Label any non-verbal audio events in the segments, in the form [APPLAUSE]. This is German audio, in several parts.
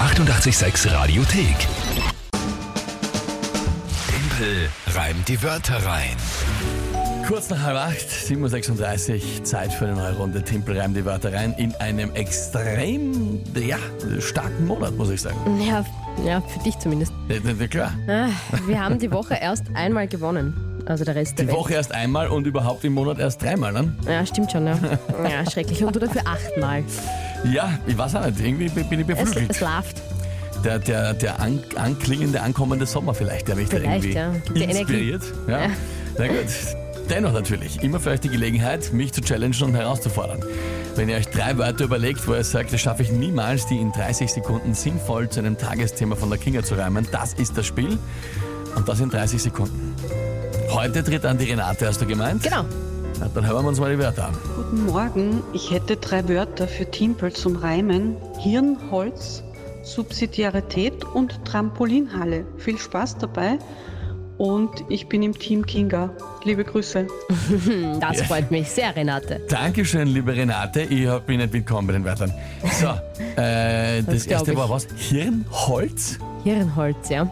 886 Radiothek. Tempel reimt die Wörter rein. Kurz nach halb acht, 7.36 Uhr, Zeit für eine neue Runde. Timpel reimt die Wörter rein in einem extrem, ja, starken Monat, muss ich sagen. Ja, ja, für dich zumindest. Ja, ja, ja, klar. Ah, Wir haben die Woche erst einmal gewonnen. Also der Rest Die der Welt. Woche erst einmal und überhaupt im Monat erst dreimal, ne? Ja, stimmt schon, ja. [LAUGHS] ja schrecklich. Und du dafür achtmal. Ja, ich weiß auch nicht, irgendwie bin ich Es, beflügelt. es läuft. Der, der, der an, anklingende, ankommende Sommer vielleicht, der mich Vielleicht, da ja. Gibt irgendwie dir Energie. inspiriert. Ja. Ja. Na gut. Dennoch natürlich, immer für euch die Gelegenheit, mich zu challengen und herauszufordern. Wenn ihr euch drei Wörter überlegt, wo ihr sagt, das schaffe ich niemals, die in 30 Sekunden sinnvoll zu einem Tagesthema von der Kinga zu reimen, das ist das Spiel. Und das in 30 Sekunden. Heute tritt an die Renate, hast du gemeint? Genau. Na, dann hören wir uns mal die Wörter an. Guten Morgen, ich hätte drei Wörter für Timpel zum Reimen. Hirn, Holz, Subsidiarität und Trampolinhalle. Viel Spaß dabei und ich bin im Team Kinga. Liebe Grüße. Das freut mich sehr, Renate. Dankeschön, liebe Renate. Ich hab mich nicht mitgekommen bei den Wörtern. So, äh, das, glaub erste ich. war was? Hirnholz? Hirnholz, ja.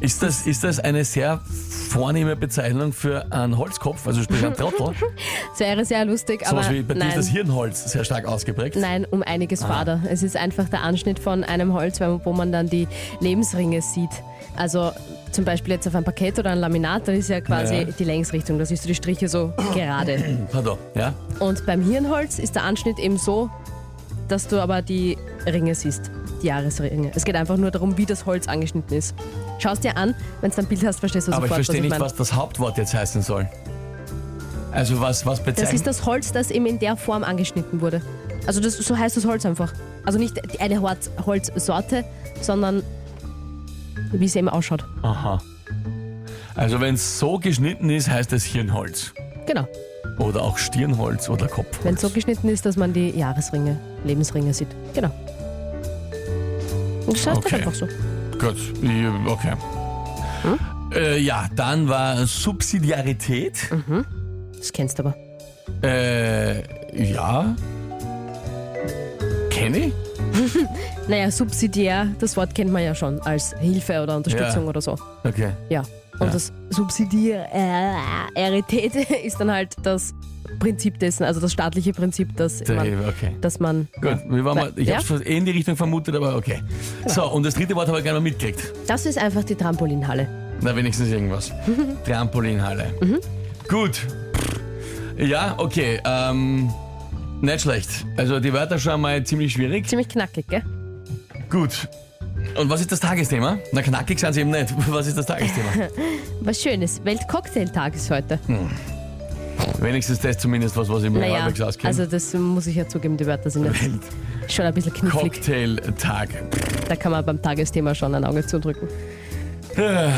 Ist das, ist das eine sehr vornehme Bezeichnung für einen Holzkopf, also sprich einen Trottel? [LAUGHS] Es wäre sehr lustig, Sowas aber wie bei dir ist das Ah. nein, Hirnholz sehr stark ausgeprägt. nein, um einiges fader. Es ist einfach der Anschnitt von einem Holz, weil- wo man dann die Lebensringe sieht. Also zum Beispiel jetzt auf einem Parkett oder einem Laminat, da ist ja quasi Ja. die Längsrichtung, da siehst du die Striche so gerade. Hm, Pardon, ja? Und beim Hirnholz ist der Anschnitt eben so, dass du aber die Ringe siehst, die Jahresringe. Es geht einfach nur darum, wie das Holz angeschnitten ist. Schaust dir an, wenn du ein Bild hast, verstehst du Aber ich sofort, verstehe also was ich nicht, meine. was das Hauptwort jetzt heißen soll. Also was, was Das ist bezeichnet... das Holz, das eben in der Form angeschnitten wurde. Also das, so heißt das Holz einfach. Also nicht die- eine Holz, Holzsorte, sondern wie es eben ausschaut. Aha. Also wenn es so geschnitten ist, heißt es Hirnholz. Genau. Oder auch Stirnholz oder Kopfholz. Wenn es so geschnitten ist, dass man die Jahresringe, Lebensringe sieht. Genau. Und das heißt das Okay. einfach so. Gut, ich- okay. Äh, ja, dann war Subsidiarität. Das kennst du aber. Äh, ja. Kenne ich? Naja, subsidiär, das Wort kennt man ja schon als Hilfe oder Unterstützung Ja. oder so. Okay. Ja. Und Ja. das Subsidiarität [LAUGHS] ist dann halt das Prinzip dessen, also das staatliche Prinzip, dass man, Okay. dass man Gut, wir waren mal, ich Ja? hab's eh in die Richtung vermutet, aber okay. So, und das dritte Wort habe ich gerne mal mitgekriegt. Das ist einfach die Trampolinhalle. Na, wenigstens irgendwas. Trampolinhalle. Gut. Ja, okay. Ähm, nicht schlecht. Also die Wörter schon mal ziemlich schwierig. Ziemlich knackig, gell? Gut. Und was ist das Tagesthema? Na, knackig sind sie eben nicht. [LAUGHS] Was ist das Tagesthema? Was Schönes. Weltcocktailtag ist heute. [LAUGHS] Wenigstens das zumindest was, was ich mir naja, halbwegs auskenne. also das muss ich ja zugeben, die Wörter [LAUGHS] sind jetzt schon ein bisschen knifflig. Cocktailtag. Da kann man beim Tagesthema schon ein Auge zudrücken. Ähm.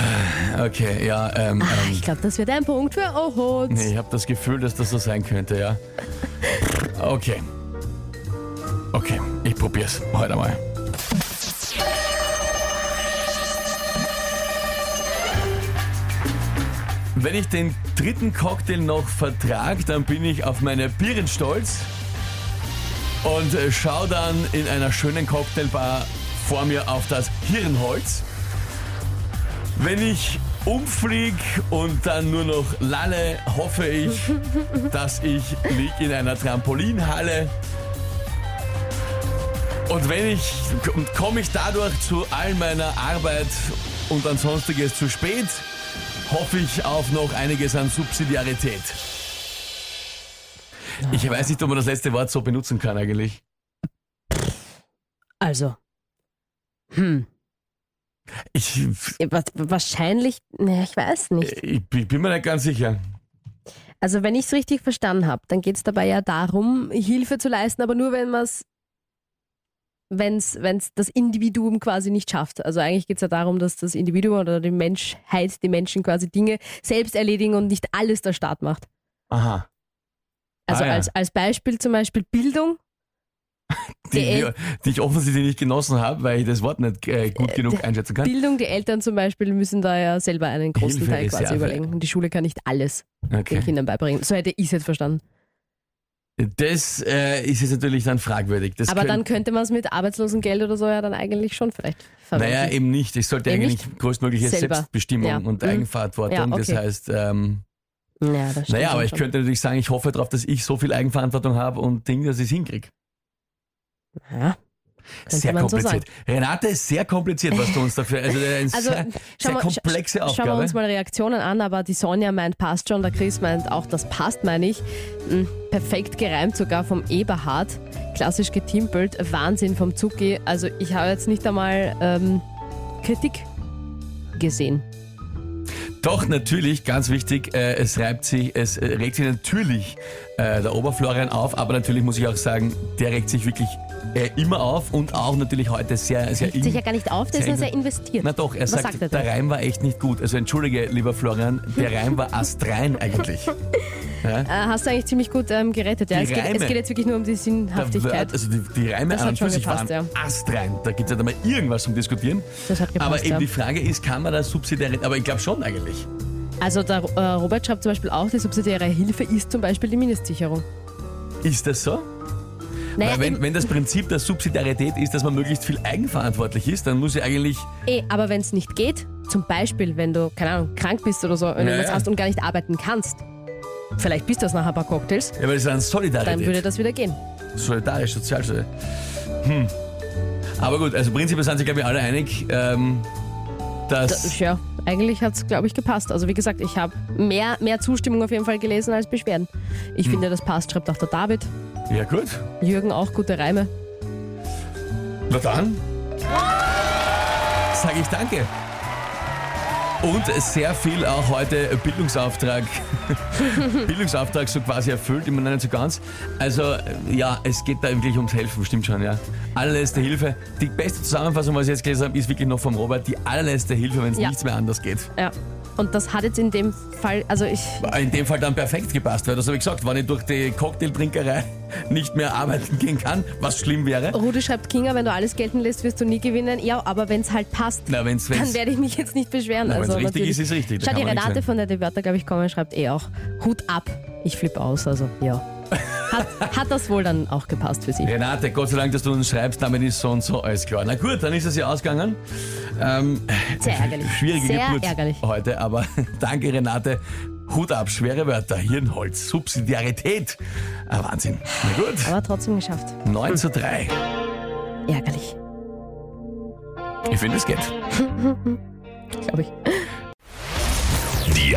Okay, ja. Ähm, Ah, ähm, ich glaube, das wird ein Punkt für Ohot. nee, ich habe das Gefühl, dass das so sein könnte, ja. Okay. Okay, ich probier's heute mal. Wenn ich den dritten Cocktail noch vertrag, dann bin ich auf meine Birnen stolz und äh, schau dann in einer schönen Cocktailbar vor mir auf das Hirnholz. Wenn ich umflieg und dann nur noch lalle, hoffe ich, dass ich lieg in einer Trampolinhalle. Und wenn ich komme ich dadurch zu all meiner Arbeit und ansonstiges zu spät, hoffe ich auf noch einiges an Subsidiarität. Ich weiß nicht, ob man das letzte Wort so benutzen kann eigentlich. Also. Hm. Ich, Wa- Wahrscheinlich, naja, ich weiß nicht. ich, ich bin mir nicht ganz sicher. Also wenn ich es richtig verstanden habe, dann geht es dabei ja darum, Hilfe zu leisten, aber nur wenn man es, wenn es das Individuum quasi nicht schafft. Also eigentlich geht es ja darum, dass das Individuum oder die Menschheit, die Menschen quasi Dinge selbst erledigen und nicht alles der Staat macht. Aha. Also Ah, ja. als, als Beispiel zum Beispiel Bildung. die, Die El- die ich offensichtlich nicht genossen habe, weil ich das Wort nicht äh, gut genug einschätzen kann. Bildung, die Eltern zum Beispiel müssen da ja selber einen großen Hilfe Teil ist quasi ja- überlegen. Und die Schule kann nicht alles den Okay. Kindern beibringen. So hätte ich es jetzt verstanden. Das äh, ist jetzt natürlich dann fragwürdig. Das Aber könnt- dann könnte man es mit Arbeitslosengeld oder so ja dann eigentlich schon vielleicht verwenden. Naja, eben nicht. Es sollte Eben eigentlich größtmögliche Selber. Selbstbestimmung Ja. und Mhm. Eigenverantwortung. Ja, Das okay. heißt, ähm, naja, das stimmt naja, aber ich schon. könnte natürlich sagen, ich hoffe darauf, dass ich so viel Eigenverantwortung habe und Ding, dass ich es hinkriege. Ja. Könnte Sehr man so kompliziert. Renate, sehr kompliziert, was du uns dafür. Also, eine Also, sehr, schauen sehr wir- komplexe Schauen wir Aufgabe. uns mal Reaktionen an, aber die Sonja meint, passt schon, der Chris meint auch, das passt, meine ich. Mm, Perfekt gereimt sogar vom Eberhard, klassisch getimpelt, Wahnsinn vom Zucki. Also ich habe jetzt nicht einmal ähm, Kritik gesehen. Doch, natürlich, ganz wichtig, äh, es reibt sich, es äh, regt sich natürlich äh, der Oberflorian auf, aber natürlich muss ich auch sagen, der regt sich wirklich äh, immer auf und auch natürlich heute sehr, sehr Regt sich ja gar nicht auf, der ist ja sehr sehr investiert. Na doch, er Was sagt, sagt er der denn? Reim war echt nicht gut. Also entschuldige, lieber Florian, der Reim war astrein [LAUGHS] eigentlich. Äh, hast du eigentlich ziemlich gut ähm, gerettet. Ja, Die es, geht, es Reime. geht jetzt wirklich nur um die Der Word, Sinnhaftigkeit. also die, die Reime Das an hat und schon für sich gepasst, waren astrein. Da gibt es ja mal irgendwas zum Diskutieren. Das hat gepasst, aber eben ja. die Frage ist, kann man da subsidiär... Aber ich glaube schon eigentlich. Also der äh, Robert schreibt zum Beispiel auch, die subsidiäre Hilfe ist zum Beispiel die Mindestsicherung. Ist das so? Naja, Weil wenn, wenn das Prinzip der Subsidiarität ist, dass man möglichst viel eigenverantwortlich ist, dann muss ja eigentlich... Eh, aber wenn es nicht geht, zum Beispiel, wenn du, keine Ahnung, krank bist oder so, wenn Ja, du was ja. hast und gar nicht arbeiten kannst, vielleicht bist du das nach ein paar Cocktails, Ja, weil es ist dann dann würde Solidarität. das wieder gehen. Solidarisch, sozial. Hm. Aber gut, also prinzipiell sind sich, glaube ich, alle einig, ähm, dass... Das, ja, eigentlich hat es, glaube ich, gepasst. Also wie gesagt, ich habe mehr, mehr Zustimmung auf jeden Fall gelesen als Beschwerden. Ich Hm. finde, das passt, schreibt auch der David. ja gut, Jürgen auch gute Reime. Na dann. Sage ich danke. Und sehr viel auch heute Bildungsauftrag. [LAUGHS] Bildungsauftrag so quasi erfüllt, immer noch nicht so ganz. Also ja, es geht da wirklich ums Helfen, stimmt schon, ja. Allerletzte Hilfe. Die beste Zusammenfassung, was ich jetzt gelesen habe, ist wirklich noch vom Robert. Die allerletzte Hilfe, wenn es Ja. nichts mehr anders geht. Ja. Und das hat jetzt in dem Fall, also ich, In dem Fall dann perfekt gepasst, weil das habe ich gesagt, wenn ich durch die Cocktailtrinkerei [LAUGHS] nicht mehr arbeiten gehen kann, was schlimm wäre. Rudi schreibt, Kinga, wenn du alles gelten lässt, wirst du nie gewinnen. Ja, aber wenn es halt passt, Na, wenn's, dann wenn's, werde ich mich jetzt nicht beschweren. Na, wenn's also richtig natürlich. ist, ist richtig. Da Schau, kann die man nichts Renate sagen. von der Debatte, glaube ich, kommen, schreibt eh auch. Hut ab. Ich flippe aus, also ja. Hat, hat das wohl dann auch gepasst für sie. Renate, Gott sei Dank, dass du uns schreibst, damit ist so und so alles klar. Na gut, dann ist es ja ausgegangen. Ähm, Sehr ärgerlich. Schwierige Sehr Geburt ärgerlich. heute, aber [LAUGHS] danke Renate. Hut ab, schwere Wörter, Hirnholz, Subsidiarität. Ah, Wahnsinn. Na gut, Aber trotzdem geschafft. 9 zu 3. Ärgerlich, Ich finde, es geht. glaube ich. Die